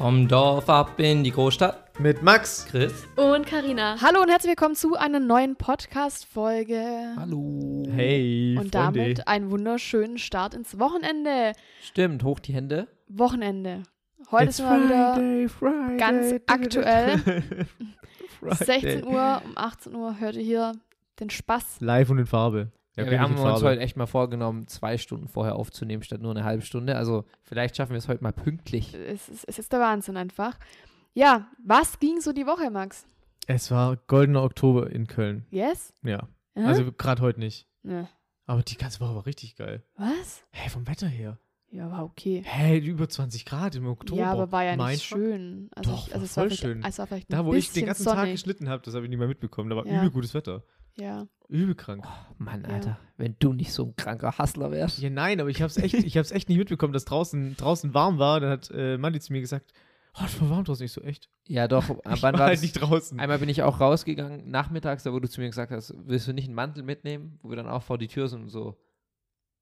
Vom Dorf ab in die Großstadt. Mit Max. Chris. Und Karina. Hallo und herzlich willkommen zu einer neuen Podcast-Folge. Hallo. Hey. Und damit einen wunderschönen Start ins Wochenende. Stimmt, hoch die Hände. Wochenende. Heute ist mal wieder Friday, ganz aktuell. Friday. 16 Uhr, um 18 Uhr hört ihr hier den Spaß. Live und in Farbe. Ja, wirklich wir haben in uns Farbe. heute echt mal vorgenommen, zwei Stunden vorher aufzunehmen, statt nur eine halbe Stunde. Also vielleicht schaffen wir es heute mal pünktlich. Es ist, es ist der Wahnsinn einfach. Ja, was ging so die Woche, Max? Es war goldener Oktober in Köln. Yes? Ja. Hä? Also gerade heute nicht. Ne. Aber die ganze Woche war richtig geil. Was? Hä, hey, vom Wetter her. Ja, war okay. Hä, hey, über 20 Grad im Oktober. ja, aber war ja nicht Mein Schwa- schön. Also, Doch, war ich, also es war voll vielleicht, schön. also es war vielleicht Da, ein wo ich den bisschen ganzen Tag sonnig. geschnitten habe, das habe ich nicht mehr mitbekommen. Da war Ja. übel gutes Wetter. Ja. Übel krank. Mann, Ja. Alter, wenn du nicht so ein kranker Hassler wärst. Ja, nein, aber ich habe es echt, ich hab's echt nicht mitbekommen, dass draußen, draußen warm war. Dann hat äh, Mandy zu mir gesagt, oh, es war warm draußen. Ich so, echt? Ja, doch. Ich wann war war halt das? nicht draußen. Einmal bin ich auch rausgegangen, nachmittags, da wo du zu mir gesagt hast, willst du nicht einen Mantel mitnehmen? Wo wir dann auch vor die Tür sind und so.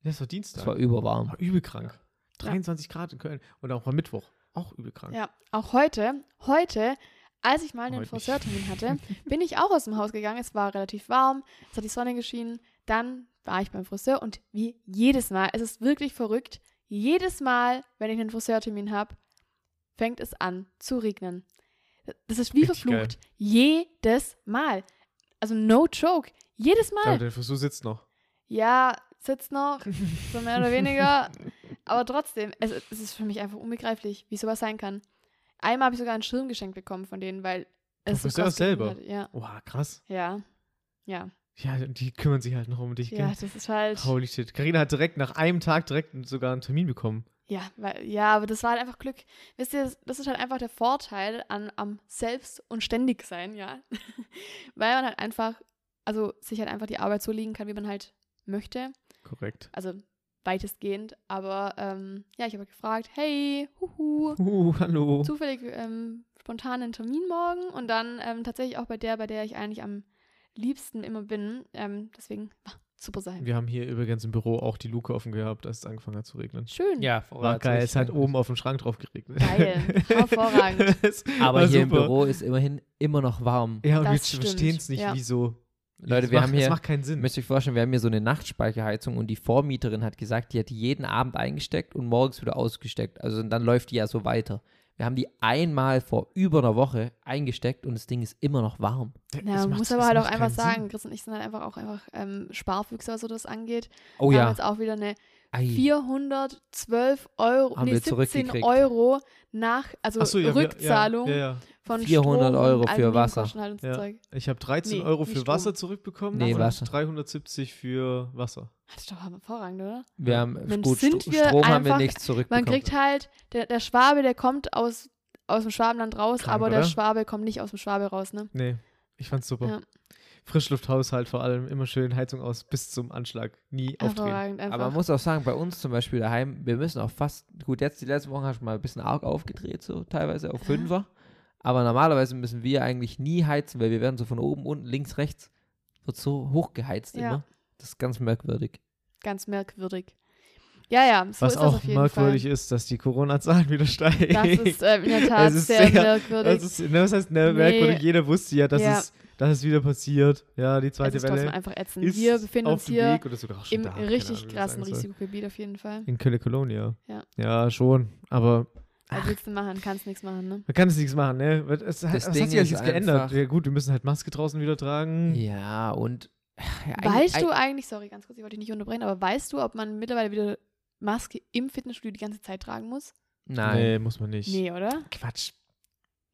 Das war Das Dienstag. war überwarm. War übel krank. Ja. 23 Grad in Köln. Und auch am Mittwoch. Auch übel krank. Ja, auch heute, heute, als ich mal einen Heute nicht. Friseurtermin hatte, bin ich auch aus dem Haus gegangen. Es war relativ warm, es hat die Sonne geschienen. Dann war ich beim Friseur und wie jedes Mal, es ist wirklich verrückt, jedes Mal, wenn ich einen Friseurtermin habe, fängt es an zu regnen. Das ist wie Richtig verflucht. Jedes Mal. Also no joke. Jedes Aber Mal. der Frisur sitzt noch. Ja, sitzt noch, so mehr oder weniger. Aber trotzdem, es, es ist für mich einfach unbegreiflich, wie sowas sein kann. Einmal habe ich sogar einen Schirm geschenkt bekommen von denen, weil es Vom Friseur krass geregnet selber? Hat. Ja, Wow, krass. ja, ja. Ja, die kümmern sich halt noch um dich, Ja, gell? das ist halt. Holy shit. Karina hat direkt nach einem Tag direkt sogar einen Termin bekommen. Ja, weil, ja, aber das war halt einfach Glück. Wisst ihr, das- das ist halt einfach der Vorteil an, am Selbst- und Ständigsein, ja. weil man halt einfach, also sich halt einfach die Arbeit so legen kann, wie man halt möchte. Korrekt. Also weitestgehend. Aber ähm, ja, ich habe gefragt, hey, huhu, Uh, hallo. zufällig ähm, spontanen Termin morgen und dann ähm, tatsächlich auch bei der, bei der ich eigentlich am liebsten immer bin. Ähm, deswegen ah, super sein. Wir haben hier übrigens im Büro auch die Luke offen gehabt, als es angefangen hat zu regnen. Schön. Ja, War geil. Es Oh, hat oben auf dem Schrank drauf geregnet. Geil. Hervorragend. Das Aber war hier im super. Büro ist immerhin immer noch warm. Ja, und Das wir stimmt, verstehen es nicht, ja. wieso. Leute, Es wir macht, haben Es hier, macht keinen Sinn. müsst ihr euch vorstellen, wir haben hier so eine Nachtspeicherheizung und die Vormieterin hat gesagt, die hat die jeden Abend eingesteckt und morgens wieder ausgesteckt. Also und dann läuft die ja so weiter. Wir haben die einmal vor über einer Woche eingesteckt und das Ding ist immer noch warm. Ja, Es man macht- muss es aber halt auch macht einfach keinen Sinn. sagen, Chris und ich sind halt einfach auch einfach ähm, Sparfüchse, was so das angeht. Oh Wir ja. haben jetzt auch wieder eine Ei. 412 Euro, Haben nee, wir 17 zurückgekriegt. Euro nach, also Ach so, ja, wir- Rückzahlung Ja, ja, ja. von 400 Strom Euro und für allem Wasser. Nebenkosten Halt und so Ja. Zeug. Ich habe 13 Nee, Euro nicht für Strom. Wasser zurückbekommen Nee, und Wasser. 370 für Wasser. Das ist doch hervorragend, oder? Wir haben Mensch, gut, sind Stro- wir Strom haben wir einfach- nichts zurückbekommen. Man kriegt halt, der, der Schwabe, der kommt aus, aus dem Schwabenland raus, Krank, aber der oder? Schwabe kommt nicht aus dem Schwabe raus, ne? Nee, ich fand's super. Ja. Frischlufthaushalt vor allem, immer schön Heizung aus bis zum Anschlag, nie aufdrehen. Hervorragend aber man einfach. muss auch sagen, bei uns zum Beispiel daheim, wir müssen auch fast, gut, jetzt die letzten Wochen hast du mal ein bisschen arg aufgedreht, so teilweise auf Fünfer. Aber normalerweise müssen wir eigentlich nie heizen, weil wir werden so von oben, unten, links, rechts, wird so hochgeheizt Ja. immer. Das ist ganz merkwürdig. Ganz merkwürdig. Ja, ja, so Was ist das auch auf jeden merkwürdig Fall. ist, dass die Corona-Zahlen wieder steigen. Das ist äh, in der Tat Es ist sehr, sehr- merkwürdig. Das ist, ne, was heißt ne, Nee. merkwürdig? Jeder wusste ja, dass, Ja. Es, dass es wieder passiert. Ja, die Also es zweite ist trotzdem Welle einfach ätzend. ist Wir befinden auf uns dem hier Weg oder sogar auch schon im da. Keine Ahnung, richtig wie man krassen sagen soll. Risikogebiet auf jeden Fall. In Kölle-Kolonia. Ja. ja, schon. Aber Was Also willst du machen? Kannst nichts machen, ne? Man kann es nichts machen, ne? Was- Es, Das das was Ding hat sich ist ist jetzt geändert? einfach- Ja, gut, wir müssen halt Maske draußen wieder tragen. Ja, und. Ja, eigentlich- Hm. Weißt du eig- eigentlich, sorry, ganz kurz, ich wollte dich nicht unterbrechen, aber weißt du, ob man mittlerweile wieder Maske im Fitnessstudio die ganze Zeit tragen muss? Nein, Nee, muss man nicht. Nee, oder? Quatsch.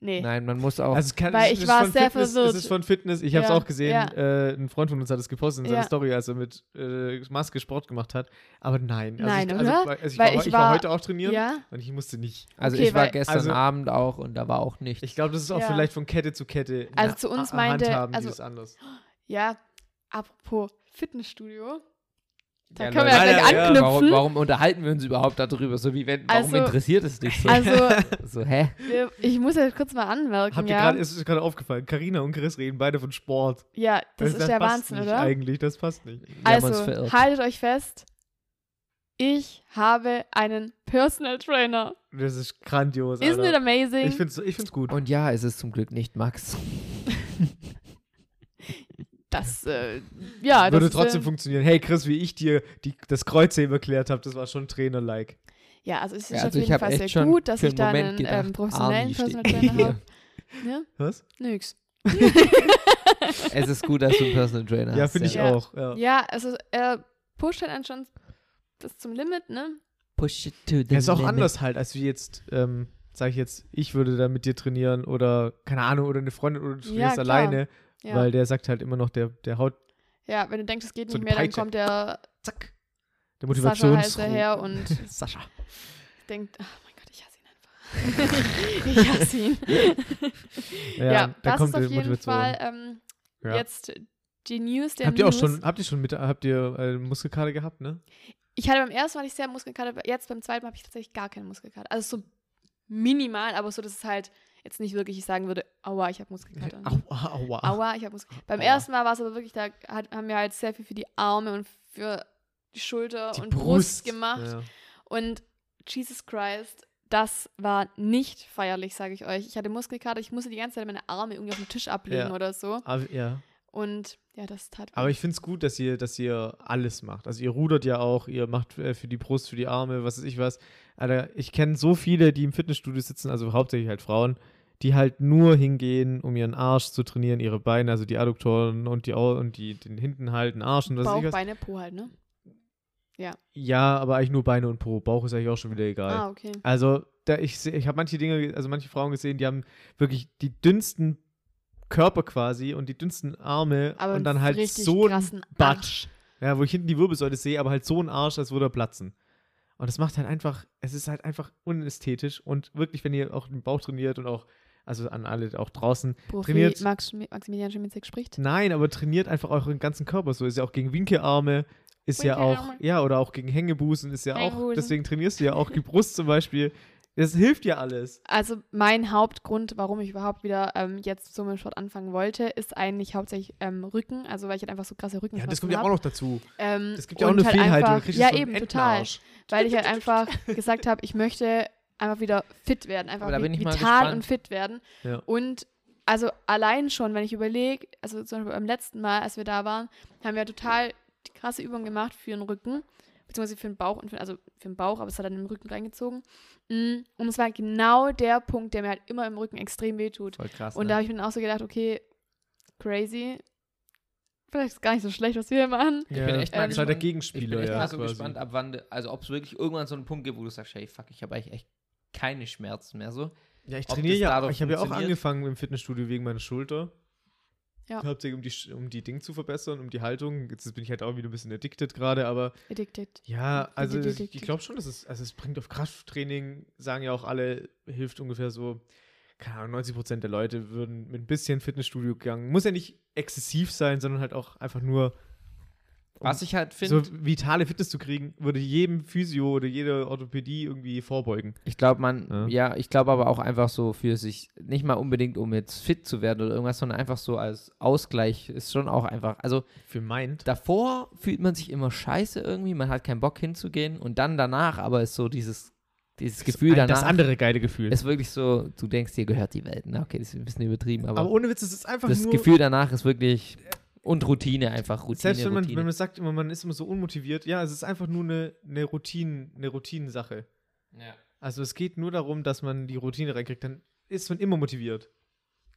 Nee. nein, man muss auch. Also, es kann, Weil es ich ist war von sehr Fitness, verwirrt. Es ist von Fitness. Ich habe es Ja, auch gesehen. ja. Äh, ein Freund von uns hat es gepostet in seiner Ja. Story, als er mit äh, Maske Sport gemacht hat. Aber nein. Also Nein, ich, oder? Also, also ich, war, Weil ich ich war war- heute auch trainieren ja? und ich musste nicht. also okay, ich war weil- gestern also- Abend auch und da war auch nichts. Ich glaube, das ist auch Ja. vielleicht von Kette zu Kette. Also zu uns a- meinte- handhaben die also- das anders. Ja, apropos Fitnessstudio. Da Ja, können wir Leute, ja gleich ja, ja. anknüpfen. Warum, warum unterhalten wir uns überhaupt darüber? So wie wenn, warum Also- interessiert es dich so? Also, so, hä? wir- ich muss ja kurz mal anmerken. Habt ihr ja. gerade, es ist gerade aufgefallen, Karina und Chris reden beide von Sport. Also ja, das, ist der passt Wahnsinn, nicht Also, oder? Eigentlich, das passt nicht. Wir haben uns Also, verirrt. haltet euch fest. Ich habe einen Personal Trainer. Das ist grandios. Isn't it Alter. amazing? ich find's, ich find's gut. Und ja, es ist zum Glück nicht Max. das, äh, ja, das Würde ist, trotzdem ähm, funktionieren. Hey Chris, wie ich dir die, das Kreuzheben erklärt habe, das war schon Trainer-like. Ja, also es ist Ja, auf also ich jeden hab Fall echt sehr schon gut, dass für ich einen da Moment einen gedacht, ähm, professionellen Arnie steht Personal Trainer hier. habe. Ne? Was? Nix. es ist gut, dass du einen Personal Trainer ja, hast. finde ich ja. auch. Ja. Ja, also er pusht halt einen schon das zum Limit, ne? Push it to the Ja, ist auch limit. anders halt, als wie jetzt, ähm, sag ich jetzt, ich würde da mit dir trainieren oder, keine Ahnung, oder eine Freundin oder du trainierst Ja, klar. alleine, Ja. weil der sagt halt immer noch, der, der haut, ja, wenn du denkst, es geht So nicht die mehr, dann Peitsche. kommt der zack, der Sascha heißt Motivations... daher und Sascha. denkt, ach mein Gott, ich hasse ihn einfach. ich hasse ihn. Ja, Ja, da das kommt ist auf die jeden Motivation. Fall ähm, Ja. jetzt die News der habt ihr auch News. schon, habt ihr schon mit, habt ihr äh, Muskelkater gehabt, ne? Ich hatte beim ersten Mal nicht sehr Muskelkater, jetzt beim zweiten Mal habe ich tatsächlich gar keine Muskelkater. Also so minimal, aber so, dass es halt jetzt nicht wirklich ich sagen würde, aua, ich habe Muskelkater. Aua, aua. Aua, ich habe Muskelkater. Beim Aua. ersten Mal war es aber wirklich, da hat, haben wir halt sehr viel für die Arme und für die Schulter Die und Brust, Brust gemacht. Ja. Und Jesus Christ, das war nicht feierlich, sage ich euch. Ich hatte Muskelkater, ich musste die ganze Zeit meine Arme irgendwie auf den Tisch ablegen Ja. oder so. Aber, Ah, ja. Und ja, das tat Aber weh. ich finde es gut, dass ihr, dass ihr alles macht. Also ihr rudert ja auch, ihr macht äh, für die Brust, für die Arme, was weiß ich was. Alter, ich kenne so viele, die im Fitnessstudio sitzen, also hauptsächlich halt Frauen, die halt nur hingehen, um ihren Arsch zu trainieren, ihre Beine, also die Adduktoren und die Au- und die den hinten halten, Arsch und was weiß Bauch, ich was. Beine, Po halt, ne? Ja, aber eigentlich nur Beine und Po. Bauch ist eigentlich auch schon wieder egal. Ah, okay. Also, da ich, seh- ich habe manche Dinge, also manche Frauen gesehen, die haben wirklich die dünnsten Körper quasi und die dünnsten Arme Aber und dann halt richtig so krassen einen Batsch. Arsch. Ja, wo ich hinten die Wirbelsäule sehe, aber halt so einen Arsch, als würde er platzen. Und das macht halt einfach, es ist halt einfach unästhetisch und wirklich, wenn ihr auch den Bauch trainiert und auch, also an alle auch draußen, Profi Trainiert- Hm. Max, Maximilian Schemitzek spricht. nein, aber trainiert einfach euren ganzen Körper. So ist ja auch gegen Winkearme, ist ja auch, Winkearme. ja, oder auch gegen Hängebusen ist ja auch, Hängebusen. deswegen trainierst du ja auch die Brust zum Beispiel. Das hilft ja alles. Also mein Hauptgrund, warum ich überhaupt wieder ähm, jetzt so mit Sport anfangen wollte, ist eigentlich hauptsächlich ähm, Rücken, also weil ich halt einfach so krasse Rücken Ja, das kommt ja auch noch dazu. Ähm, Das gibt ja auch und eine halt Fehlhaltung. Einfach, du kriegst ja, so einen eben, total. Entenarsch. Weil ich halt einfach gesagt habe, ich möchte einfach wieder fit werden, einfach Aber da vi- bin ich mal vital gespannt. und fit werden. Ja. Und also allein schon, wenn ich überlege, also zum Beispiel beim letzten Mal, als wir da waren, haben wir total die krasse Übung gemacht für den Rücken, beziehungsweise für den Bauch, und für, also für den Bauch, aber es hat dann im Rücken reingezogen. Mm, Und es war genau der Punkt, der mir halt immer im Rücken extrem wehtut. Voll krass. ne? Und da habe ich mir dann auch so gedacht, okay, crazy, vielleicht ist es gar nicht so schlecht, was wir hier machen. ich Ja. bin echt mal das war der gespannt. Gegenspieler, Ich bin echt ja. mal so quasi. gespannt, ab wann, de- also ob es wirklich irgendwann so einen Punkt gibt, wo du sagst, hey, fuck, ich habe eigentlich echt keine Schmerzen mehr so. Ja, ich ob trainiere das ja. dadurch Ich habe ja auch funktioniert. angefangen im Fitnessstudio wegen meiner Schulter. Ja. Hauptsächlich um die, Sch- um die Dinge zu verbessern, um die Haltung. Jetzt bin ich halt auch wieder ein bisschen addicted gerade, aber Addicted. ja, also Addicted. ich, ich glaube schon, dass es, also es bringt auf Krafttraining, sagen ja auch alle, hilft ungefähr so, keine Ahnung, 90 Prozent der Leute würden mit ein bisschen Fitnessstudio gegangen. Muss ja nicht exzessiv sein, sondern halt auch einfach nur Was ich halt finde, so vitale Fitness zu kriegen, würde jedem Physio oder jeder Orthopädie irgendwie vorbeugen. Ich glaube, man, Ja. ja, ich glaube aber auch einfach so für sich, nicht mal unbedingt, um jetzt fit zu werden oder irgendwas, sondern einfach so als Ausgleich ist schon auch einfach. Also Für meint. davor fühlt man sich immer scheiße irgendwie, man hat keinen Bock hinzugehen und dann danach aber ist so dieses, dieses Gefühl danach. Das andere geile Gefühl. ist wirklich so, du denkst, dir gehört die Welt. Na, okay, das ist ein bisschen übertrieben, aber, aber ohne Witz, es ist einfach das nur. Gefühl danach ist wirklich und Routine einfach. Routine, selbst wenn man, Routine. wenn man sagt, immer, man ist immer so unmotiviert, ja, es ist einfach nur eine, eine, Routine, eine Routinensache. ja. Also es geht nur darum, dass man die Routine reinkriegt, dann ist man immer motiviert.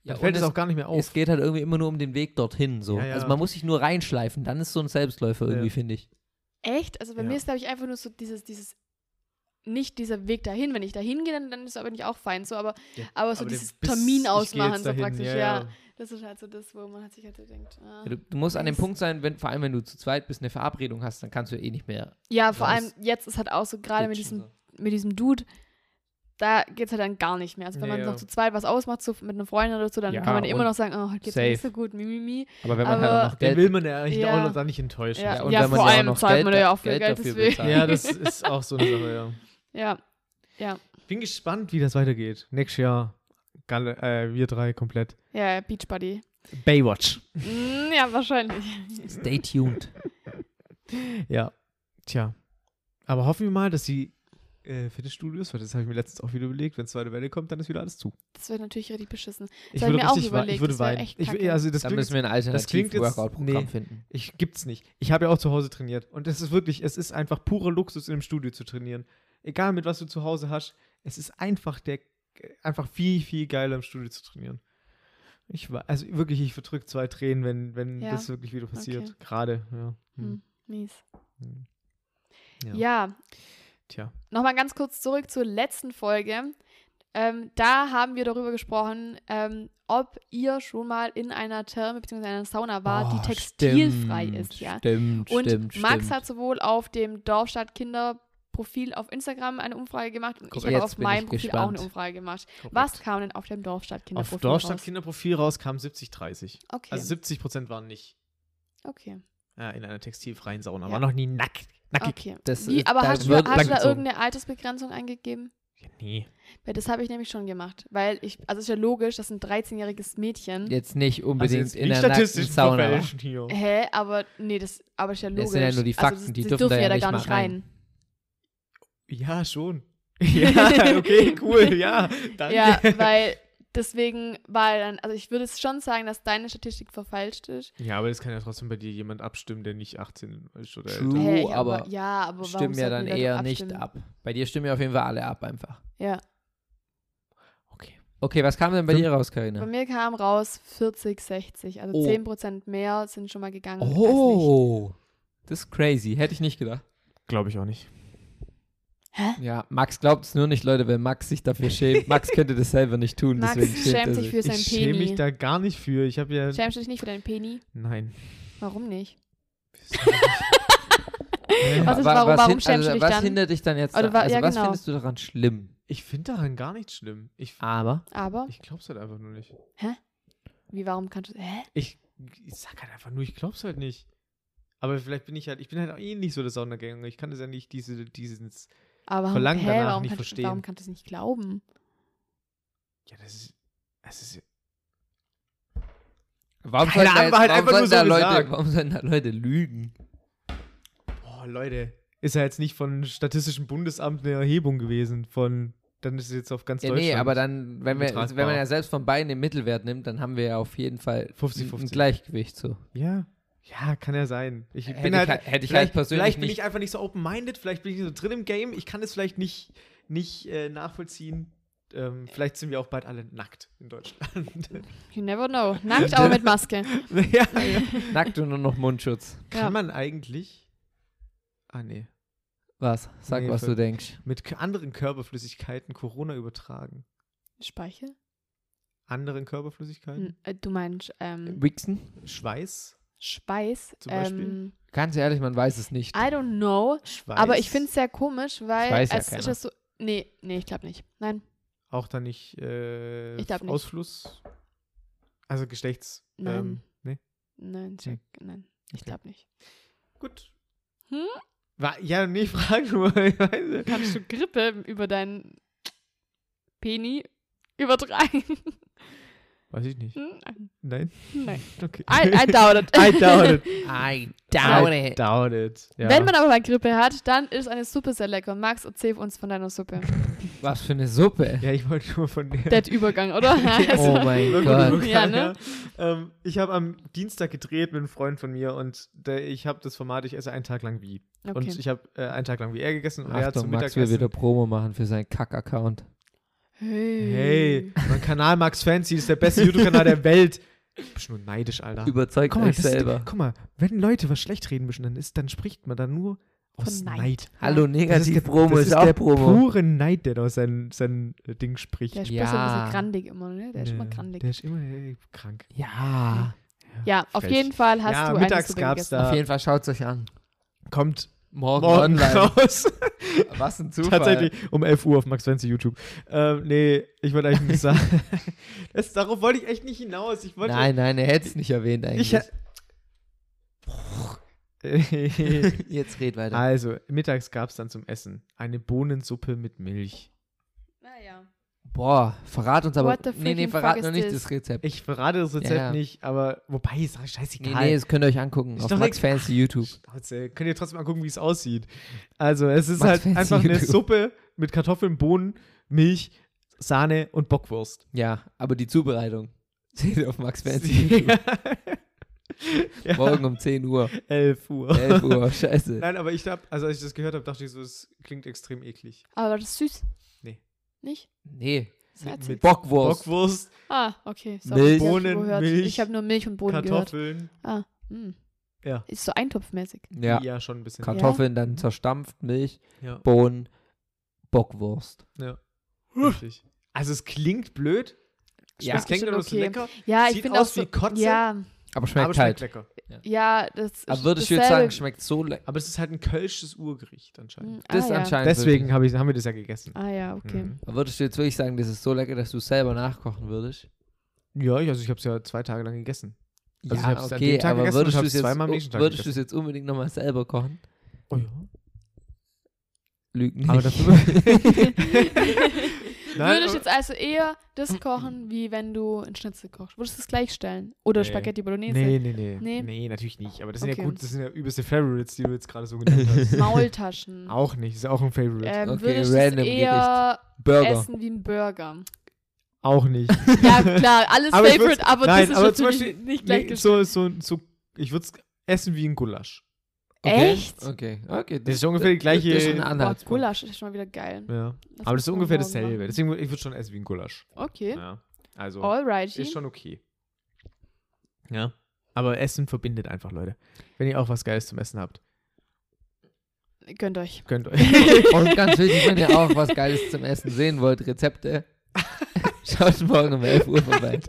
Dann und fällt es es- auch gar nicht mehr Es auf. geht halt irgendwie immer nur um den Weg dorthin. So. Ja, ja. Also man muss sich nur reinschleifen, dann ist so ein Selbstläufer irgendwie, Ja. finde ich. Echt? Also bei Ja. mir ist, glaube ich, einfach nur so dieses, dieses, nicht dieser Weg dahin. Wenn ich dahin gehe, dann, dann ist aber nicht auch fein so, aber, Ja, aber so der dieses Biss, ich Termin geh jetzt ausmachen, so dahin, praktisch, ja, ja. Das ist halt so das, wo man halt sich halt so denkt. Ah. Ja, Du, du musst an dem Nice. Punkt sein, wenn, vor allem wenn du zu zweit bist, eine Verabredung hast, dann kannst du eh nicht mehr. Ja, vor allem raus. jetzt ist halt auch so, gerade mit ditchen, diesem, mit diesem Dude, da geht es halt dann gar nicht mehr. Also wenn Ja, man ja. noch zu zweit was ausmacht, so mit einer Freundin oder so, dann Ja, kann man immer und noch sagen, oh, heute geht's mir nicht safe. so gut, mimimi. Mi, so. Aber wenn man halt auch Aber- noch Den will man ja eigentlich Ja. auch noch da nicht enttäuschen. Ja, und ja, wenn man vor ja auch allem noch zahlt Geld man da ja da- auch viel Geld Geld, dafür deswegen. bezahlt. Ja, das ist auch so eine Sache, ja. Ja, Bin gespannt, wie das weitergeht. Nächstes Jahr, Galle, äh, wir drei komplett. ja, ja, Beachbody. Baywatch. Mm, ja, wahrscheinlich. Stay tuned. Ja. Tja. Aber hoffen wir mal, dass die äh, Fitnessstudios, weil das habe ich mir letztens auch wieder überlegt, wenn zweite Welle kommt, dann ist wieder alles zu. Das wäre natürlich richtig beschissen. Ich hab ich würde mir auch richtig wei- überlegt, ich würde das wär weinen. echt ich, will- kacke. also das Dann klingt müssen wir ein das klingt jetzt- Alternativ-Workout-Programm nee. finden. Ich gibt's nicht. Ich habe ja auch zu Hause trainiert. Und das ist wirklich, es ist einfach purer Luxus, in einem Studio zu trainieren. Egal mit was du zu Hause hast, es ist einfach der einfach viel, viel geiler im Studio zu trainieren. Ich war, also wirklich, ich verdrück zwei Tränen, wenn, wenn Ja. das wirklich wieder passiert. Okay. Gerade, ja. Hm. Hm, mies. Hm. Ja. Ja. Tja. Nochmal ganz kurz zurück zur letzten Folge. Ähm, da haben wir darüber gesprochen, ähm, ob ihr schon mal in einer Therme bzw. einer Sauna wart, die Oh, textilfrei stimmt, ist. Ja. Stimmt, Und stimmt, Max stimmt. hat sowohl auf dem Dorfstadt Kinder Profil auf Instagram eine Umfrage gemacht und Korrekt. ich Jetzt habe auf bin meinem ich Profil auch gespannt. Oh eine Umfrage gemacht. Was kam denn auf dem Dorfstadt Kinder Auf Profil Dorfstadt raus? Kinderprofil raus kam 70, 30. Okay, Also 70 Prozent waren nicht okay, ja, in einer textilfreien Sauna, Ja. waren noch nie nackt. Nackig. okay. Das Wie, ist- aber da hast du, wird hast du da langgezogen. irgendeine Altersbegrenzung angegeben? Ja, nee. Weil das habe ich nämlich schon gemacht. Weil ich, also ist ja logisch, das ist ein 13-jähriges Mädchen. Jetzt nicht Also unbedingt jetzt in nicht der nackten statistisch Sauna. war. verfälschen hier. Hä, aber nee, das, aber ist ja logisch. Das sind ja nur die also, Fakten, das- die das dürfen da ja nicht gar mal nicht rein. rein. Ja, schon. Ja, okay, cool, ja. Danke. Ja, weil deswegen war dann, also ich würde es schon sagen, dass deine Statistik verfälscht ist. Ja, aber das kann ja trotzdem bei dir jemand abstimmen, der nicht 18 ist oder True. älter. Du, Hä, ich aber ja, aber warum Stimmen ja sollten dann wir da eher drauf nicht abstimmen? ab. Bei dir stimmen ja auf jeden Fall alle ab einfach. Ja, Okay. Okay, was kam denn bei Fünf- dir raus, bei Karina? mir kam raus 40, 60, also ne? Oh. 10% mehr sind schon mal gegangen. als nicht. Oh, das ist crazy. Hätte ich nicht gedacht. Glaube ich auch nicht. Ja, Max glaubt es nur nicht, Leute, weil Max sich dafür schämt. Max könnte das selber nicht tun, Max deswegen schämt er schämt sich für sein ich schäme mich Peni. da gar nicht für. Ich habe ja. Schämst du dich nicht für deinen Peni? Nein. Warum nicht? Nein. Was ist- Wa- warum- warum hin- also schämst du dich was dann? hindert dich dann jetzt? Oder da- wa- also, ja, was genau. findest du daran schlimm? Ich finde daran gar nichts schlimm. Ich, Aber Aber, ich glaube es halt einfach nur nicht. wie, warum kannst du, hä? Ich, ich sag halt einfach nur, ich glaube es halt nicht. Aber vielleicht bin ich halt, ich bin halt auch eh nicht so der Saunagänger. Ich kann das ja nicht, diese, dieses. Aber warum, Verlangen hä, danach warum, nicht kannst, du- verstehen. warum kannst du es nicht glauben? Ja, das ist. Das ist warum sollen Keine da, Ahnung, jetzt, war halt warum einfach sollen nur so da Leute, gesagt. warum sollen da Leute lügen? Boah, Leute. Ist ja jetzt nicht von Statistischem Bundesamt eine Erhebung gewesen. Von. Dann ist es jetzt auf ganz Ja, Deutschland. nee, aber dann, wenn, wir, Betragbar. wenn man ja selbst von beiden den Mittelwert nimmt, dann haben wir ja auf jeden Fall 50-50. ein Gleichgewicht so. Ja. Ja, kann ja sein. Ich Hätte bin ich halt, halt- hätte ich vielleicht, halt persönlich vielleicht bin nicht- ich einfach nicht so open-minded, vielleicht bin ich nicht so drin im Game, ich kann es vielleicht nicht, nicht äh, nachvollziehen. Ähm, vielleicht sind wir auch bald alle nackt in Deutschland. You never know. Nackt, aber mit Maske. ja, ja. Nackt und nur noch Mundschutz. Kann Ja. man eigentlich. Ah, nee. Was? Sag, Nee, was für- du denkst. Mit k- anderen Körperflüssigkeiten Corona übertragen. Speichel? Anderen Körperflüssigkeiten? N- äh, Du meinst ähm, Wichsen? Schweiß? Speis? Zum Beispiel? Ähm, Ganz ehrlich, man weiß es nicht. I don't know. Schweiß. Aber ich finde es sehr komisch, weil weiß ja es ist keiner. ja so. Nee, nee, ich glaube nicht. Nein, Auch dann nicht, äh, Ich glaub nicht. Ausfluss? Also Geschlechts. Nein. Ähm, nee. nein, Jack, nein. Ich Okay. glaube nicht. Gut. Hm? War, ja, nee, frag nur. ich weiß- Kannst du Grippe über deinen Peni übertragen? Weiß ich nicht. Hm? Nein. Nein. Okay. I, I doubt it. I doubt it. I I doubt it. Ja. Wenn man aber mal Grippe hat, dann ist eine Suppe sehr lecker. Max, erzähl uns von deiner Suppe. Was für eine Suppe. ja, ich wollte nur von der. Der hat Übergang, oder? Also, Oh mein Wirklich nur Gott. sagen, Ja, ne? ja. Ähm, ich habe am Dienstag gedreht mit einem Freund von mir und der, ich habe das Format, ich esse einen Tag lang wie. Und okay. ich habe äh, einen Tag lang wie er gegessen und er hat Achtung, zum Max will Mittagessen. wieder Promo machen für seinen Kack-Account. hey, mein Kanal Max Fancy ist der beste YouTube-Kanal der Welt. Du bist nur neidisch, Alter. Überzeugt Ah. Guck mal, euch das ist- selber. guck mal, wenn Leute was schlecht reden müssen, dann, ist, dann spricht man da nur Von aus Neid. Neid. Hallo, Das der- Negativ-Promo das ist, auch der Promo. pure Neid, der da aus seinem sein äh, Ding spricht. Der ist Ja. ja. so ein bisschen grandig immer, ne? Der ist immer Nö, grandig. Der ist immer äh, krank. Ja. ja, auf frech. jeden Fall hast Ja, du mittags eine Suppe gab's gegessen. da- Auf jeden Fall schaut es euch an. Kommt Morgen, morgen online. raus. Was ein Zufall. Tatsächlich um 11 Uhr auf Max Fancy YouTube. Ähm, nee, ich wollte eigentlich nicht sagen. das, darauf wollte ich echt nicht hinaus. Ich wollte. Nein, nein, er hätte es nicht erwähnt eigentlich. Ich hä- Äh, Jetzt red weiter. also, mittags gab es dann zum Essen eine Bohnensuppe mit Milch. Naja. Boah, verrat uns aber. What the Nee, nee, freaking verrat fuck noch is nicht this? das Rezept. Ich verrate das Rezept Ja, ja. nicht, aber wobei, ist doch Nee, scheißegal. nee, das könnt ihr euch angucken. Ist Auf doch Max Fancy YouTube. Trotzdem, könnt ihr trotzdem angucken, wie es aussieht. Also, es ist Max halt Fancy einfach eine YouTube. Suppe mit Kartoffeln, Bohnen, Milch, Sahne und Bockwurst. Ja, aber die Zubereitung seht ihr auf Max Fancy YouTube. ja. ja, Morgen um 10 Uhr, 11 Uhr. 11 Uhr, scheiße. Nein, aber ich hab, also als ich das gehört habe, dachte ich so, es klingt extrem eklig. Aber das ist süß. Nee. Nicht? Nee, Salzig. Bockwurst. Bockwurst, Ah, okay. Milch. ich hab Bohnen, nur gehört. Milch, Ich habe nur Milch und Bohnen Kartoffeln. gehört. Ah, mm. Ja. Ist so eintopfmäßig. Ja, ja, schon ein bisschen. Kartoffeln, dann zerstampft, Milch, Ja. Bohnen, Bockwurst. Richtig. Also es klingt blöd. Ja. Es klingt Schon aber so okay. lecker. Ja, ich Sieht finde auch aus so, wie Kotze, Ja, Aber schmeckt aber halt. schmeckt lecker. ja, das ist aber würde ich dasselbe. jetzt sagen, schmeckt so lecker. Aber es ist halt ein kölsches Urgericht anscheinend. Mm, ah, Das ja. anscheinend. Deswegen wirklich. hab ich, haben wir das ja gegessen. Ah ja, okay. Mhm. Aber Würdest du jetzt wirklich sagen, das ist so lecker, dass du es selber nachkochen würdest? Ja, ich, also ich habe es ja zwei Tage lang gegessen. Also ich ja, hab's an dem okay, Tag aber gegessen würdest und du es hab's jetzt, zweimal am nächsten Tag würdest du es jetzt unbedingt nochmal selber kochen? Oh ja. Lügen nicht. Aber dafür- Nein, Würdest aber- du jetzt also eher das kochen, wie wenn du einen Schnitzel kochst? Würdest du es gleich stellen? Oder Nee. Spaghetti Bolognese? Nee, nee, nee, nee. Nee. natürlich nicht. Aber das sind Okay. ja gut, das sind ja übelste Favorites, die du jetzt gerade so genannt hast. Maultaschen. auch nicht, ist auch ein Favorite. Ähm, Okay, würdest du es random eher Burger. essen wie ein Burger? Auch nicht. Ja, klar, alles Aber ich würd's- Favorite, aber nein, das ist aber zum natürlich Beispiel- nicht gleich nee, gesch- so, so, so, ich würde es essen wie ein Gulasch. Okay. Echt? Okay, okay. Das ist ungefähr die gleiche- Das ist ein Boah, Anhaltspunkt. Gulasch ist schon mal wieder geil. Ja. Lass Aber das uns ist ungefähr morgen dasselbe. machen. Deswegen, ich würde schon essen wie ein Gulasch. Okay, Ja. Also, alrighty. ist schon okay. Ja. Aber Essen verbindet einfach, Leute. Wenn ihr auch was Geiles zum Essen habt, Gönnt euch. könnt euch. Und ganz wichtig, wenn ihr auch was Geiles zum Essen sehen wollt, Rezepte, schaut morgen um 11 Uhr vorbei.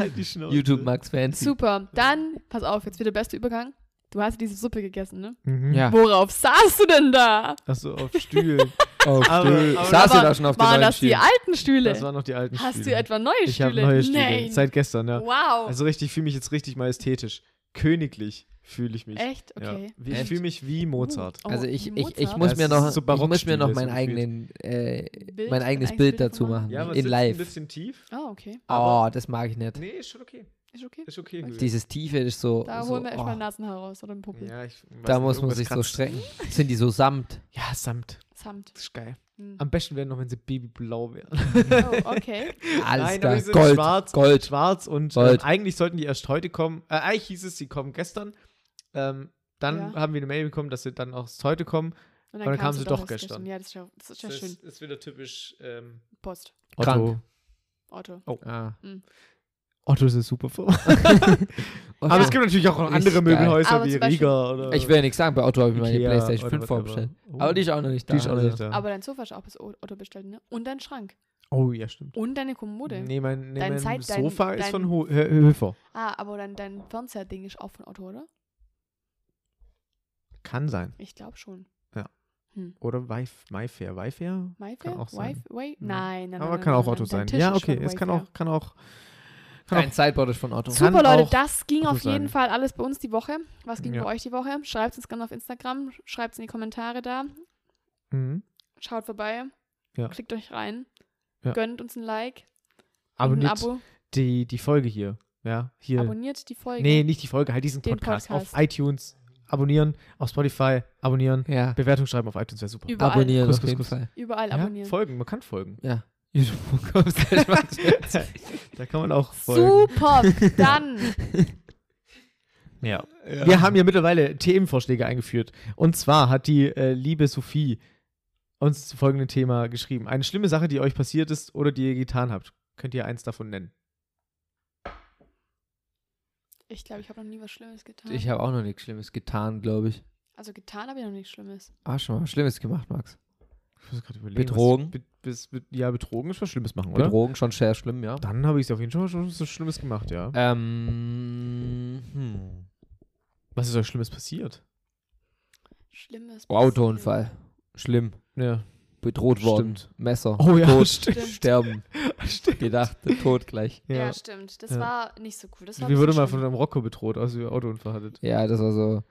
Halt die Schnauze. YouTube Max Fancy. Super. Dann, pass auf, jetzt wieder der beste Übergang. Du hast diese Suppe gegessen, ne? Mhm. Ja. Worauf saßt du denn da? Achso, auf Stühlen. Oh, Aber- Stuhl. aber- Saß ihr Aber da schon auf der Waren neuen das die Stühle? alten Stühle? Das waren noch die alten Hast du Stühle. etwa neue ich Stühle? habe neue Stühle. Nein. Seit gestern, ja. Wow. Also richtig, fühle mich jetzt richtig majestätisch. Königlich fühle ich mich. Echt? Ja. Okay. Wie- Ich Echt? fühle mich wie Mozart. Oh, Also ich, ich, ich, Mozart? muss Das mir ist noch, ich so muss mir Barockstile, noch so mein, gefühlt. eigenen, äh, Bild, mein eigenes Bild dazu Uh. machen. Ja, aber es in sitzt ein live. bisschen tief. Ah, okay. Oh, das mag ich nicht. Nee, ist schon okay. Ist okay. Ist okay. Okay. Julia. Dieses Tiefe ist so. Da so holen wir erstmal oh, Nasenhaar raus oder ein Puppel. Ja, ich weiß da nicht, muss man irgendwas sich so kratzt. strecken. Sind die so samt? Ja, samt. Samt. Das ist geil. Hm. Mhm. Am besten wäre noch, wenn sie babyblau wären. Oh, okay. Alles Nein, klar. aber die sind Gold. schwarz, Gold. schwarz und ähm, Gold. eigentlich sollten die erst heute kommen. Äh, eigentlich hieß es, sie kommen gestern. Ähm, dann Ja. haben wir eine Mail bekommen, dass sie dann auch erst heute kommen. Und dann kam kamen sie doch erst gestern. Ja, das ist ja, das ist ja Das schön. ist, ist wieder typisch ähm, Post. Krank. Otto. Ah. Otto ist eine super Firma. Oh, Aber es gibt natürlich auch Ist andere geil. Möbelhäuser Aber wie zum Beispiel- Riga oder Ich will ja nichts sagen, bei Otto habe ich meine Ikea Playstation oder 5 whatever. vorbestellt. Oh. Aber die ist auch noch nicht da. Die ist auch noch also. nicht da. Aber dein Sofa ist auch bis Otto bestellt, ne? Und dein Schrank. Oh, ja, stimmt. Und deine Kommode. Nee, mein, nee, Dein mein Zeit- dein- Sofa ist dein- von Ho Hö- Höfer. Ah, aber dein, dein Fernsehding ist auch von Otto, oder? Kann sein. Ich glaube schon. Oder Weif- Mayfair. Mayfair? Mayfair? Kann auch sein. Wife- Wei- Ja. Nein, nein, Aber nein, kann nein, auch nein, Otto dein sein. Tisch Ja, ist okay. schon Es kann Wayfair. auch, kann auch. Kann Ein auch Sideboard ist von Otto. Kann Super, Leute, auch das ging Otto auf jeden sein. Fall alles bei uns die Woche. Was ging Ja. bei euch die Woche? Schreibt uns gerne auf Instagram, schreibt es in die Kommentare da. Mhm. Schaut vorbei, Ja. klickt euch rein, Ja. gönnt uns ein Like, Aber ein nicht Abo, die, die Folge hier. Ja, hier. abonniert die Folge. Nee, nicht die Folge, halt diesen Den Podcast. Auf Podcast. iTunes abonnieren, auf Spotify abonnieren, Ja. Bewertung schreiben auf iTunes wäre super. Überall, Abonnieren Kuss, auf Kuss, jeden Kuss. Fall. überall Ja, abonnieren. folgen, man kann folgen. Ja. YouTube.com slash Max Fancy. Da kann man auch folgen. Super, dann Ja. Ja. Wir haben ja mittlerweile Themenvorschläge eingeführt. Und zwar hat die äh, liebe Sophie uns zu folgendem Thema geschrieben. Eine schlimme Sache, die euch passiert ist oder die ihr getan habt. Könnt ihr eins davon nennen? Ich glaube, ich habe noch nie was Schlimmes getan. Ich habe auch noch nichts Schlimmes getan, glaube ich. also getan habe ich noch nichts Schlimmes. Ah, schon mal was Schlimmes gemacht, Max. Ich muss gerade überlegen. Betrogen. Was, be, bis- be, ja, betrogen ist was Schlimmes machen, oder? Bedrohung schon sehr schlimm, ja. Dann habe ich es auf jeden Fall schon was Schlimmes gemacht, ja. Ähm. Hm. Was ist euch Schlimmes passiert? Schlimmes. Oh, Autounfall. Schlimm. Ja. Bedroht worden. Stimmt. Messer. Oh ja, Tot. stimmt. Sterben. stimmt. Gedacht. Tot gleich. Ja, Ja. stimmt. Das Ja. war nicht so cool. Das war Wie wurde mal mal von einem Rocco bedroht, als ihr Autounfall hattet? Ja, das war so.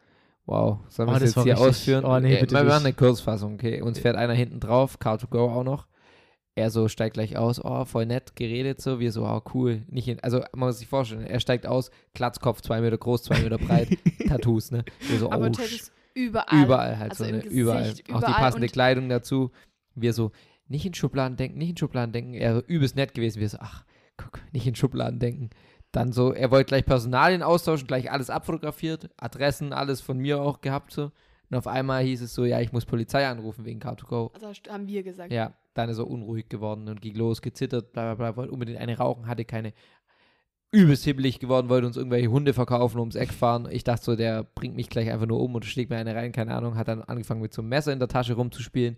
Wow. Sollen wir das Oh, das jetzt war hier richtig- ausführen? oh, nee, Äh, bitte wir nicht. machen eine Kurzfassung, okay. Uns fährt einer hinten drauf. Car to go auch noch. Er so steigt gleich aus, oh, voll nett geredet, so, wir so, oh, cool. Nicht in, also man muss sich vorstellen, er steigt aus, Klatzkopf, zwei Meter groß, zwei Meter breit, Tattoos, ne? Wir so, Aber oh, Tattoos überall. überall halt Also so, im ne? Gesicht, überall. Auch die überall passende und- Kleidung dazu. Wir so, nicht in Schubladen denken, nicht in Schubladen denken. Er so übelst nett gewesen. Wir so, ach, guck, nicht in Schubladen denken. Dann so, er wollte gleich Personalien austauschen, gleich alles abfotografiert, Adressen, alles von mir auch gehabt so. Und auf einmal hieß es so, ja, ich muss Polizei anrufen wegen Car2Go. Also hast- haben wir gesagt. Ja, dann ist er unruhig geworden und ging los, gezittert, bla bla bla, wollte unbedingt eine rauchen, hatte keine. Übelst hibbelig geworden, wollte uns irgendwelche Hunde verkaufen, ums Eck fahren. Ich dachte so, der bringt mich gleich einfach nur um und schlägt mir eine rein, keine Ahnung. Hat dann angefangen mit so einem Messer in der Tasche rumzuspielen.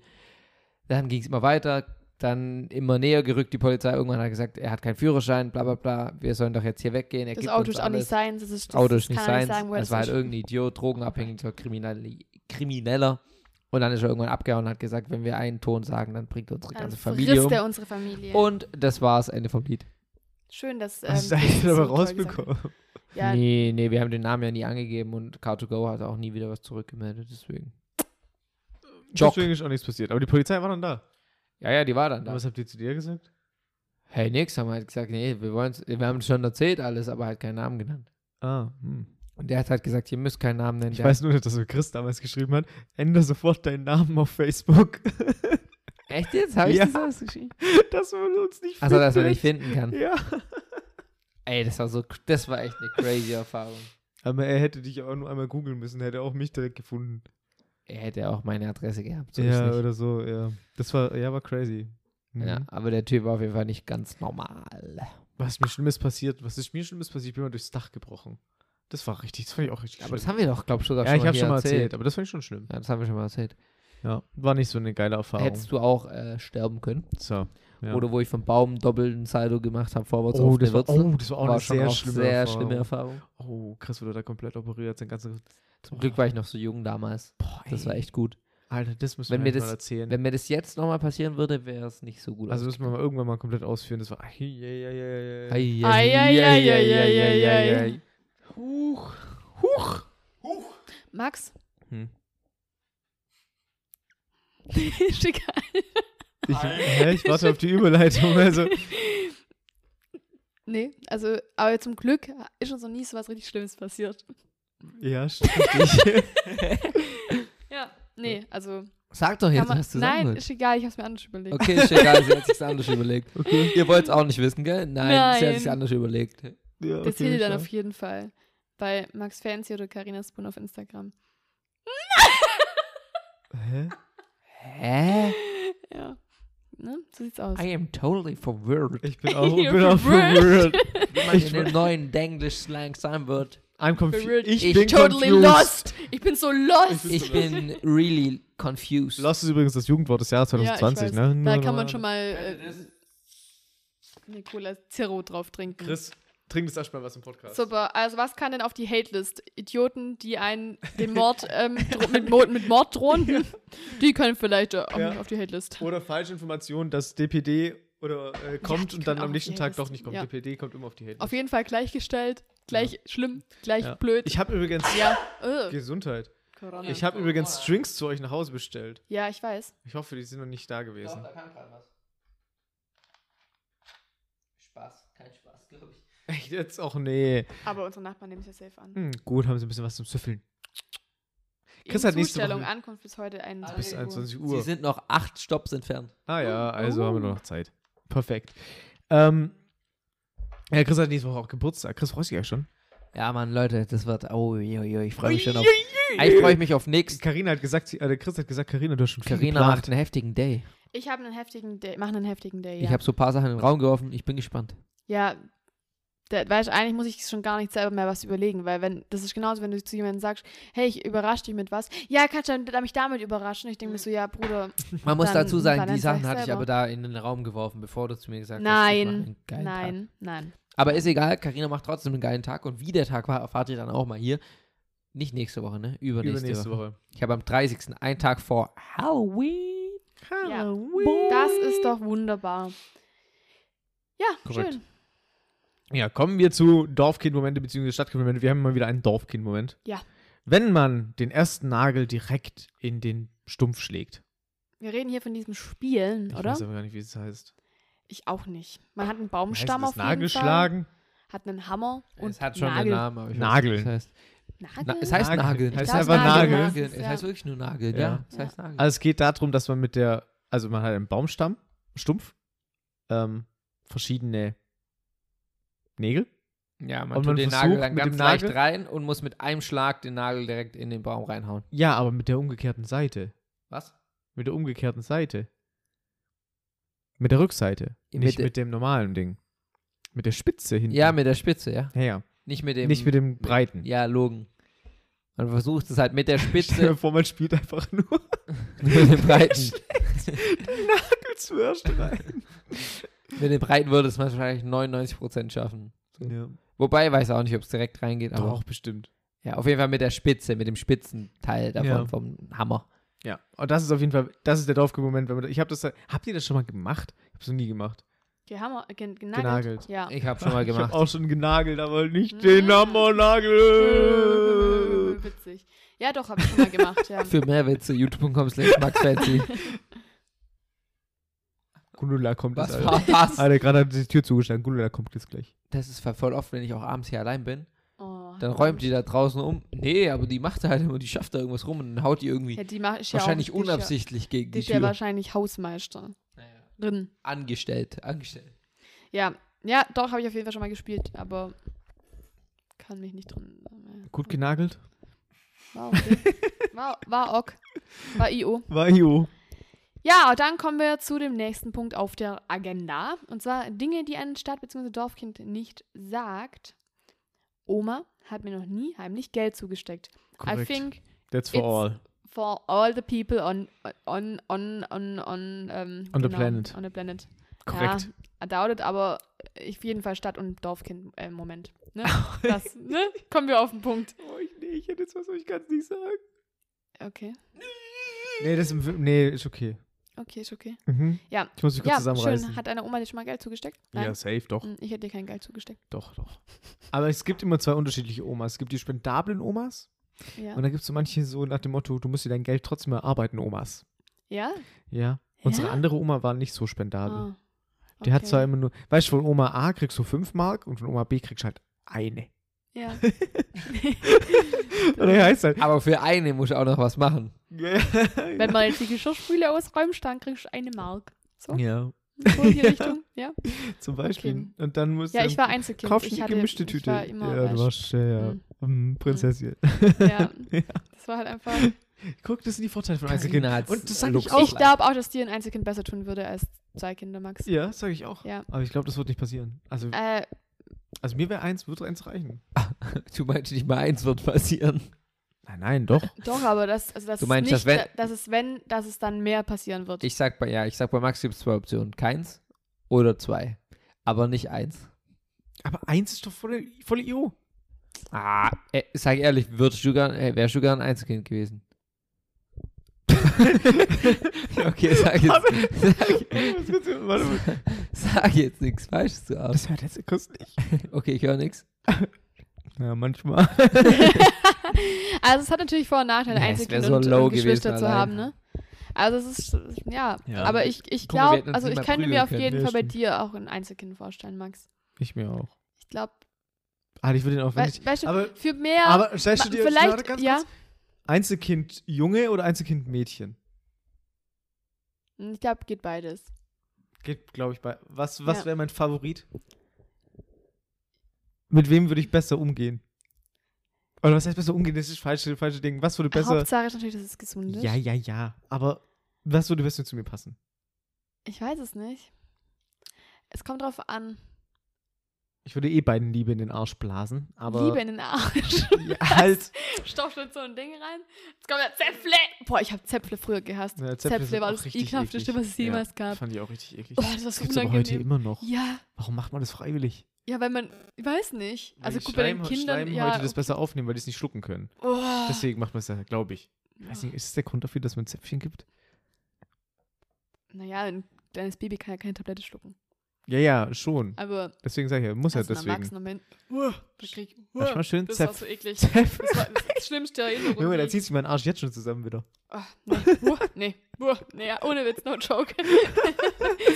Dann ging es immer weiter, dann immer näher gerückt die Polizei. Irgendwann hat er gesagt, er hat keinen Führerschein, bla bla bla. Wir sollen doch jetzt hier weggehen. Er Das gibt Auto uns ist auch alles. nicht seins. Das, ist, das Auto ist nicht kann er sein. sagen, woher Das war halt irgendein Idiot, drogenabhängiger Kriminali- Krimineller. Und dann ist er irgendwann abgehauen und hat gesagt, wenn wir einen Ton sagen, dann bringt unsere Dann ganze Familie frisst um. er unsere Familie. Und das war's, Ende vom Lied. Schön, dass. Ähm, Hast du das eigentlich so aber toll gesagt rausbekommen? hast. Ja, Nee, nee, wir haben den Namen ja nie angegeben und Car2Go hat auch nie wieder was zurückgemeldet, deswegen. Jock. Deswegen ist auch nichts passiert. Aber die Polizei war dann da. Ja, ja, die war dann da. Was habt ihr zu dir gesagt? Hey, nix, haben wir halt gesagt, nee, wir wollen's, wir haben schon erzählt alles, aber halt keinen Namen genannt. Ah, hm. Und der hat halt gesagt, ihr müsst keinen Namen nennen. Ich der weiß nur, dass so Chris damals geschrieben hat, ändere sofort deinen Namen auf Facebook, Echt jetzt? Habe ich Ja. das alles geschrieben? dass man uns nicht Achso, dass man findet. nicht finden kann. Ja. Ey, das war so, das war echt eine crazy Erfahrung. Aber er hätte dich auch nur einmal googeln müssen, hätte auch mich direkt gefunden. Er hätte auch meine Adresse gehabt. So ja, ist nicht. oder so, ja. Das war, ja, war crazy. Mhm. ja, aber der Typ war auf jeden Fall nicht ganz normal. Was ist mir Schlimmes passiert? Was ist mir Schlimmes passiert? Ich bin mal durchs Dach gebrochen. Das war richtig, das fand ich auch richtig Aber das schlimm. haben wir doch, glaube ich, schon, ja, ich habe hier schon mal erzählt. aber das fand ich schon schlimm. Ja, das haben wir schon mal erzählt. Ja, war nicht so eine geile Erfahrung. Hättest du auch äh, sterben können. so. Ja. Oder wo ich vom Baum doppelten Saldo gemacht habe, vorwärts oh, auf das eine war, Wurzel. oh, das war auch war eine schon sehr, auch schlimme, sehr Erfahrung. schlimme Erfahrung. Oh, Chris wurde da komplett operiert, sein ganzes... Zum Glück war ich noch so jung damals. Boah, Das war echt gut. Alter, das müssen Wenn wir mir echt mal das- erzählen. Wenn mir das jetzt nochmal passieren würde, wäre es nicht so gut. also müssen wir mal irgendwann mal komplett ausführen. Das war... Ei, ei, ei, ei, ei. Ei, ei, Ei, ei, ei, ei, ei, ei, ei. Huch. Huch. Max? Hm. ist egal. Ich, hä, ich warte auf die Überleitung. Also, Nee, also, aber zum Glück ist uns noch nie so was richtig Schlimmes passiert. ja, stimmt. Ich, Ja. Nee, also. Sag doch kann jetzt, man, was du sagen nein, willst. ist egal, ich hab's mir anders überlegt. Okay, ist egal, sie hat sich anders überlegt. Ihr wollt es auch nicht wissen, gell? Nein, sie hat Nein. sich anders überlegt. ja, okay, Das seht ihr dann schau. auf jeden Fall bei Max Fancy oder Carina Spoon auf Instagram. Hä? Hä? Ja. Ne? So sieht's aus. I am totally verwirrt. Ich bin auch, You're bin auch verwirrt. verwirrt. Wie man in den neuen Denglisch-Slang sein wird. I'm Verwirrt. confused. Ich, Ich bin totally confused. lost. Ich bin so lost. Ich bin really confused. Lost ist übrigens das Jugendwort des Jahres Ja, ich 2020, weiß. ne? Da kann man schon mal äh, eine Cola Zero drauf trinken. Chris, trink das erstmal was im Podcast. Super. Also was kann denn auf die Hate-List? Idioten, die einen den Mord ähm, dro- mit, Mo mit Mord drohen, die können vielleicht äh, auch Ja. nicht auf die Hate-List. Oder falsche Informationen, dass DPD oder äh, kommt die und dann können auch am auf nächsten die Tag Hate-Liste. doch nicht kommt. Ja. DPD kommt immer auf die Hate. Auf jeden Fall gleichgestellt, gleich schlimm, gleich Ja. blöd. Ich habe übrigens ja. Äh, Gesundheit. Corona. Ich habe oh. übrigens Strings zu euch nach Hause bestellt. ja, ich weiß. Ich hoffe, die sind noch nicht da gewesen. kann gerade was. Spaß, kein Spaß, glaube ich. Echt jetzt auch nee. Aber unsere Nachbarn nehmen es ja safe an. Hm, gut, haben sie ein bisschen was zum Süffeln. Chris Eben hat nächste Zustellung, Woche- Ankunft bis heute 21 Bis Uhr. 21 Uhr. Sie sind Uh. noch acht Stops entfernt. Ah ja, also Oh. haben wir nur noch Zeit. Perfekt. Ähm, ja, Chris hat nächste Woche auch Geburtstag. Chris freut sich ja schon. Ja, Mann, Leute, das wird. Oh, jo, jo, ich freue mich schon auf. Eigentlich freue ich mich auf nichts. Karina hat gesagt, sie- äh, Chris hat gesagt, Karina, du hast schon viel Karina geplant. macht einen heftigen Day. Ich habe einen heftigen Day, mache einen heftigen Day, Ich ja. habe so ein paar Sachen in den Raum geworfen. Ich bin gespannt. Ja, da, weißt du, eigentlich muss ich schon gar nicht selber mehr was überlegen, weil wenn, das ist genauso, wenn du zu jemandem sagst, hey, ich überrasche dich mit was. Ja, kannst du dann- mich damit überraschen? Ich denke mir Hm. so, ja, Bruder, Man muss Dann- dazu sagen, dann die entscheid Sachen hatte ich selber. aber da in den Raum geworfen, bevor du zu mir gesagt hast. ich mach nein, einen geilen Tag. nein, nein. Aber ist egal, Karina macht trotzdem einen geilen Tag und wie der Tag war, erfahrt ihr dann auch mal hier. Nicht nächste Woche, ne? Übernächste, Übernächste Woche. Woche. Ich habe am 30. einen Tag vor Halloween. Ja. Das ist doch wunderbar. Ja, Korrekt. schön. Ja, kommen wir zu Dorfkind-Momente bzw. Stadtkind-Momente. Wir haben mal wieder einen Dorfkind-Moment. Ja. Wenn man den ersten Nagel direkt in den Stumpf schlägt, Wir reden hier von diesem Spielen, Ich oder? weiß aber gar nicht, wie es heißt. Ich auch nicht. Man hat einen Heißt Baumstamm das auf jeden Fall. Nagelschlagen? Hat einen Hammer und es hat schon Nagel. einen Namen. Aber ich Weiß, nicht, Nageln. was es heißt. Nagel? Na, es heißt Nageln. Ich Heißt glaub, einfach Nageln. Nagel. Nagel. Es Ja. heißt wirklich nur Nageln, Ja. ja. Es heißt Nageln. Also es geht darum, dass man mit der, also man hat einen Baumstamm, stumpf, ähm, verschiedene Nägel. ja, und man man tut den versucht Nagel dann mit dem ganz leicht Nagel- rein und muss mit einem Schlag den Nagel direkt in den Baum reinhauen. Ja, aber mit der umgekehrten Seite. Was? Mit der umgekehrten Seite. Mit der Rückseite. Ja, nicht mit- mit dem normalen Ding. Mit der Spitze hinten. Ja, mit der Spitze, ja. ja, ja. Nicht mit dem. nicht mit dem breiten. Ja, Logen. Man versucht es halt mit der Stell dir Spitze. vor, man spielt einfach nur mit dem Breiten. zuerst rein. mit dem Breiten würde es wahrscheinlich 99% schaffen. Ja. Wobei, weiß auch nicht, ob es direkt reingeht, aber. Doch, bestimmt. Ja, auf jeden Fall mit der Spitze, mit dem Spitzenteil davon Ja. vom Hammer. Ja. Und das ist auf jeden Fall, das ist der Dorfkind-Moment. wenn man- Ich habe das, habt ihr das schon mal gemacht? Ich habe es noch nie gemacht. Ge Hammer, äh, gen genagelt. Genagelt. Ja. Ich habe schon mal Ich habe gemacht. auch schon genagelt, aber Mhm. nicht den Hammernagel. Witzig. Ja, doch, habe ich schon mal gemacht. Ja. Für mehr Witze, youtube.com slash maxfancy. Gundula kommt jetzt, Was Alter. war das? halt Alter, gerade hat die Tür zugeschlagen. Gundula kommt jetzt gleich. Das ist voll oft, wenn ich auch abends hier allein bin. Oh, Dann räumt die da draußen um. Nee, aber die macht da halt immer, die schafft da irgendwas rum und dann haut die irgendwie ja, die macht, ist wahrscheinlich ja auch, die ist ja- unabsichtlich gegen die Die ist ja Tür. wahrscheinlich Hausmeisterin. Naja. Drin. Angestellt, angestellt. Ja, ja, doch, habe ich auf jeden Fall schon mal gespielt, aber kann mich nicht drin. Gut genagelt? War, okay. war, war ok. War IO. War jo. Ja, und dann kommen wir zu dem nächsten Punkt auf der Agenda. Und zwar Dinge, die ein Stadt- bzw. Dorfkind nicht sagt. Oma hat mir noch nie heimlich Geld zugesteckt. I think That's for it's- all. for all the people on on on on on ähm, On the planet. On the planet. Korrekt. Ja, I doubt it, aber ich auf jeden Fall Stadt- und Dorfkind äh, Moment. Ne? Das, ne? Kommen wir auf den Punkt. Oh, ich, nee, ich hätte jetzt was, was ich kann es nicht sagen. Okay. Nee, das ist, nee, ist okay. Okay, ist okay. Mhm. Ja. Ich muss mich kurz Ja, zusammenreißen. schön. Hat deine Oma dir schon mal Geld zugesteckt? ja, safe, doch. Hm, Ich hätte dir kein Geld zugesteckt. Doch, doch. Aber es gibt immer zwei unterschiedliche Omas. Es gibt die spendablen Omas Ja. und dann gibt es so manche so nach dem Motto, du musst dir dein Geld trotzdem erarbeiten, Omas. Ja? Ja. Unsere Ja? andere Oma war nicht so spendabel. Ah. Die hat Okay. zwar immer nur, weißt du, von Oma A kriegst du 5 Mark und von Oma B kriegst du halt eine. Ja. Oder wie heißt halt. Aber für eine muss ich auch noch was machen. Wenn man jetzt die Geschirrspüle ausräumst, dann kriegst du eine Mark. So, ja, so in die Richtung. Ja, zum Beispiel. Okay. Und dann musst ja du. ich war Einzelkind. Kaufst du ich eine hatte, gemischte Tüte. Ich war immer ja, du weißt warst, äh, ja. Mhm. Mm, Prinzessin. du, ja. Das war halt einfach. Guck, das sind die Vorteile von Einzelkind. Karina hat's Und das sag ich Luxus. auch. Ich glaube auch, dass dir ein Einzelkind besser tun würde als zwei Kinder, Max. Ja, das sag ich auch. Ja. Aber ich glaube, das wird nicht passieren. Also, Äh, also mir wäre eins, würde eins reichen. Du meinst nicht mal eins wird passieren. Nein, nein, doch. doch, aber das, also das Du meinst, ist dass nicht, wenn- dass es wenn, dass es dann mehr passieren wird. Ich sag bei, ja, ich sag bei Max gibt es zwei Optionen. Keins oder zwei. Aber nicht eins. Aber eins ist doch voll, voll IO. Ah, äh, sag ehrlich, würdest du gern, äh, wärst du gern ein Einzelkind gewesen? Ja, okay, sag jetzt. Sag, sag jetzt nichts Falsches zu Arzt. Das hört jetzt kurz nicht. Okay, ich höre nichts. Ja, manchmal. also es hat natürlich Vor- und Nachteile, Ja, es Einzelkind wär so und, low und Geschwister gewesen zu allein. haben, ne? Also es ist, ja, Ja. aber ich, ich Guck mal, wir glaube, hätten uns also nicht ich mal könnte prügeln mir auf können. jeden Ja, Fall bei stimmt. dir auch ein Einzelkind vorstellen, Max. Ich mir auch. Ich glaube, Ah, ich würde den auch we wenn ich. weißt du, Aber, für mehr, aber stellst du ma- dir warte, vielleicht, ganz ja, kurz. Einzelkind Junge oder Einzelkind Mädchen? ich glaube, geht beides. Geht, glaube ich, bei. Was, was Ja. wäre mein Favorit? Mit wem würde ich besser umgehen? Oder was heißt besser umgehen? Das ist falsche, falsche Ding. Was würde besser. Hauptsache ist natürlich, dass es gesund ist. Ja, ja, ja. Aber was würde besser zu mir passen? Ich weiß es nicht. Es kommt drauf an. Ich würde eh beiden Liebe in den Arsch blasen, aber. Liebe in den Arsch. Ja, halt. Stoffschlitz so ein Ding rein. Jetzt kommt der Zäpfle. Boah, ich habe Zäpfle früher gehasst. Ja, Zäpfle, sind war auch das richtig ekelhafteste, eklig. was es jemals ja, gab. Fand ich auch richtig eklig. Boah, das war so Gibt's aber heute unangenehm. immer noch. Ja, Warum macht man das freiwillig? ja, weil man, ich weiß nicht. Weil Also die gut, bei den Schleim- Kindern, Schleim ja. heute das besser aufnehmen, weil die es nicht schlucken können. oh, Deswegen macht man es ja, glaube ich. Weiß nicht, ist es der Grund dafür, dass man Zäpfchen gibt? naja, ein kleines Baby kann ja keine Tablette schlucken. Ja, ja, schon. Aber Deswegen sage ich ja, muss ja als Ah. Also deswegen. ein erwachsener Mensch, uah, da krieg ich, uah, Manchmal schön das war Zäpf. so eklig. Zäpf. Das war das Schlimmste. Junge, da zieht sich mein Arsch jetzt schon zusammen wieder. Oh, nee, uah, nee, Boah, nee, ohne Witz, no joke.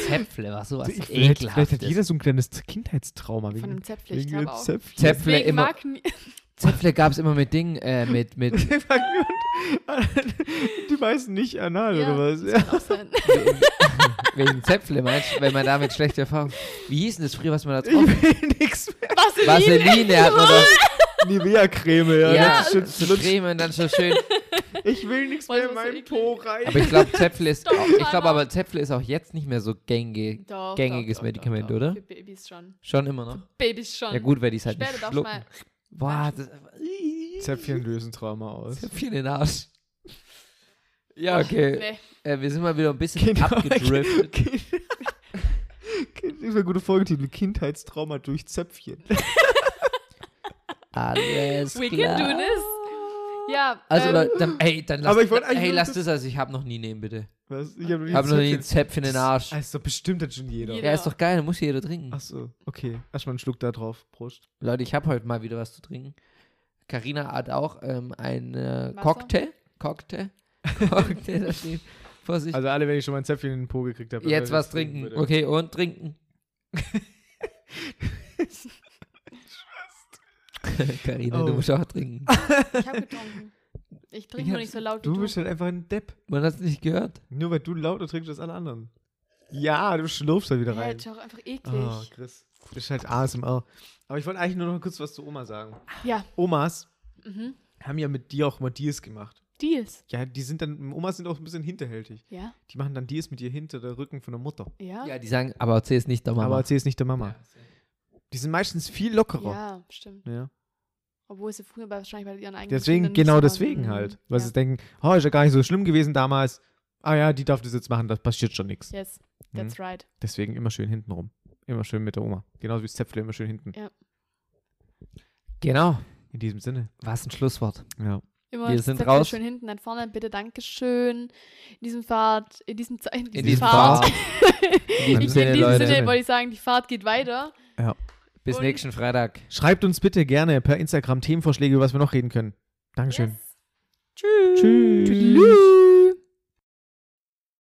Zäpfle war sowas Ich- vielleicht, vielleicht hat ekelhaftes. jeder so ein kleines Kindheitstrauma Von wegen, einem Zäpfle, ich wegen glaube dem auch. Zäpfchen. Zäpfle Deswegen immer- mag nie, Zäpfle gab es immer mit Ding, äh, mit, mit, Die meisten nicht anal Ja. oder was? Ja. auch sein. wegen, wegen Zäpfle, meinst du, wenn man damit schlechte Erfahrungen. Wie hieß denn das früher, was man da Ich drauf will nichts mehr. Vaseline. Vaseline hat man doch. Nivea-Creme, ja. Ja, das ist schon- so Creme und dann so schön. Ich will nichts Voll mehr in so meinen eklig. Po rein. Aber ich glaube, Zäpfle ist, Doch, ich glaube aber- aber Zäpfle ist auch jetzt nicht mehr so gängig, Doch, gängiges doch, doch, Medikament, doch, doch. oder? Für Babys schon. Schon immer noch. Babys schon. Ja gut, weil die es halt Später nicht darf schlucken. mal. Boah, das, Zäpfchen lösen Trauma aus. Zäpfchen in den Arsch. Ja, okay. Nee. Äh, wir sind mal wieder ein bisschen Genau. abgedriftet. Kind, kind, das ist ein guter Folgetitel. Kindheitstrauma durch Zäpfchen. Alles We klar. can do this. Ja. Also, ähm, Leute, dann, hey, dann lass, Aber ich wollte eigentlich hey, nur lass das- das, also ich hab noch nie nehmen, bitte. Was? Ich habe Ich hab noch nie ein Zäpfchen in den Arsch. Also bestimmt hat schon jeder. Jeder. Ja, ist doch geil, muss jeder trinken. Achso, okay. Erstmal einen Schluck da drauf. Prost. Leute, ich habe heute mal wieder was zu trinken. Karina hat auch ähm, ein äh, Wasser? Cocktail. Cocktail. Cocktail, da steht vor sich. Also alle, wenn ich schon mal ein Zäpfchen in den Po gekriegt habe. Jetzt was trinken. bitte. Okay, und trinken. Karina, du Oh. musst auch trinken. ich habe getrunken. Ich trinke nur hab's- nicht so laut wie Du du. bist halt einfach ein Depp. Man hat es nicht gehört. Nur weil du lauter trinkst als alle anderen. Ja, du schlurfst da wieder Ja, rein. ist doch einfach Oh, eklig. Chris. Das ist halt ASMR. Aber ich wollte eigentlich nur noch kurz was zu Oma sagen. Ja. Omas Mhm. haben ja mit dir auch immer Deals gemacht. Deals. Ja, die sind dann, Omas sind auch ein bisschen hinterhältig. Ja, Die machen dann Deals mit dir hinter der Rücken von der Mutter. ja. Ja, die sagen, aber erzähl es nicht der Aber Mama. erzähl es nicht der Mama. Die sind meistens viel lockerer. Ja, stimmt. Ja. Obwohl sie früher wahrscheinlich bei ihren eigenen Deswegen, Kindern genau nicht so deswegen waren. halt. Mhm. Weil ja. sie denken, oh, ist ja gar nicht so schlimm gewesen damals. Ah ja, die darf das jetzt machen, das passiert schon nichts. Yes, that's right. Deswegen immer schön hinten rum. Immer schön mit der Oma. Genauso wie das Zäpfle immer schön hinten. Ja. Genau. In diesem Sinne. Was ein Schlusswort. Ja. Immer Wir das sind Zäpfchen raus. Schön hinten, dann vorne. Bitte Dankeschön. In diesem Fahrt, in diesem Ze- in diesem diesem Fahrt. In Ich, diesem in Sinne, diesem Leute. Sinne wollte ich sagen, die Fahrt geht weiter. Bis Und- nächsten Freitag. Schreibt uns bitte gerne per Instagram Themenvorschläge, über was wir noch reden können. Dankeschön. Yes. Tschüss. Tschüss.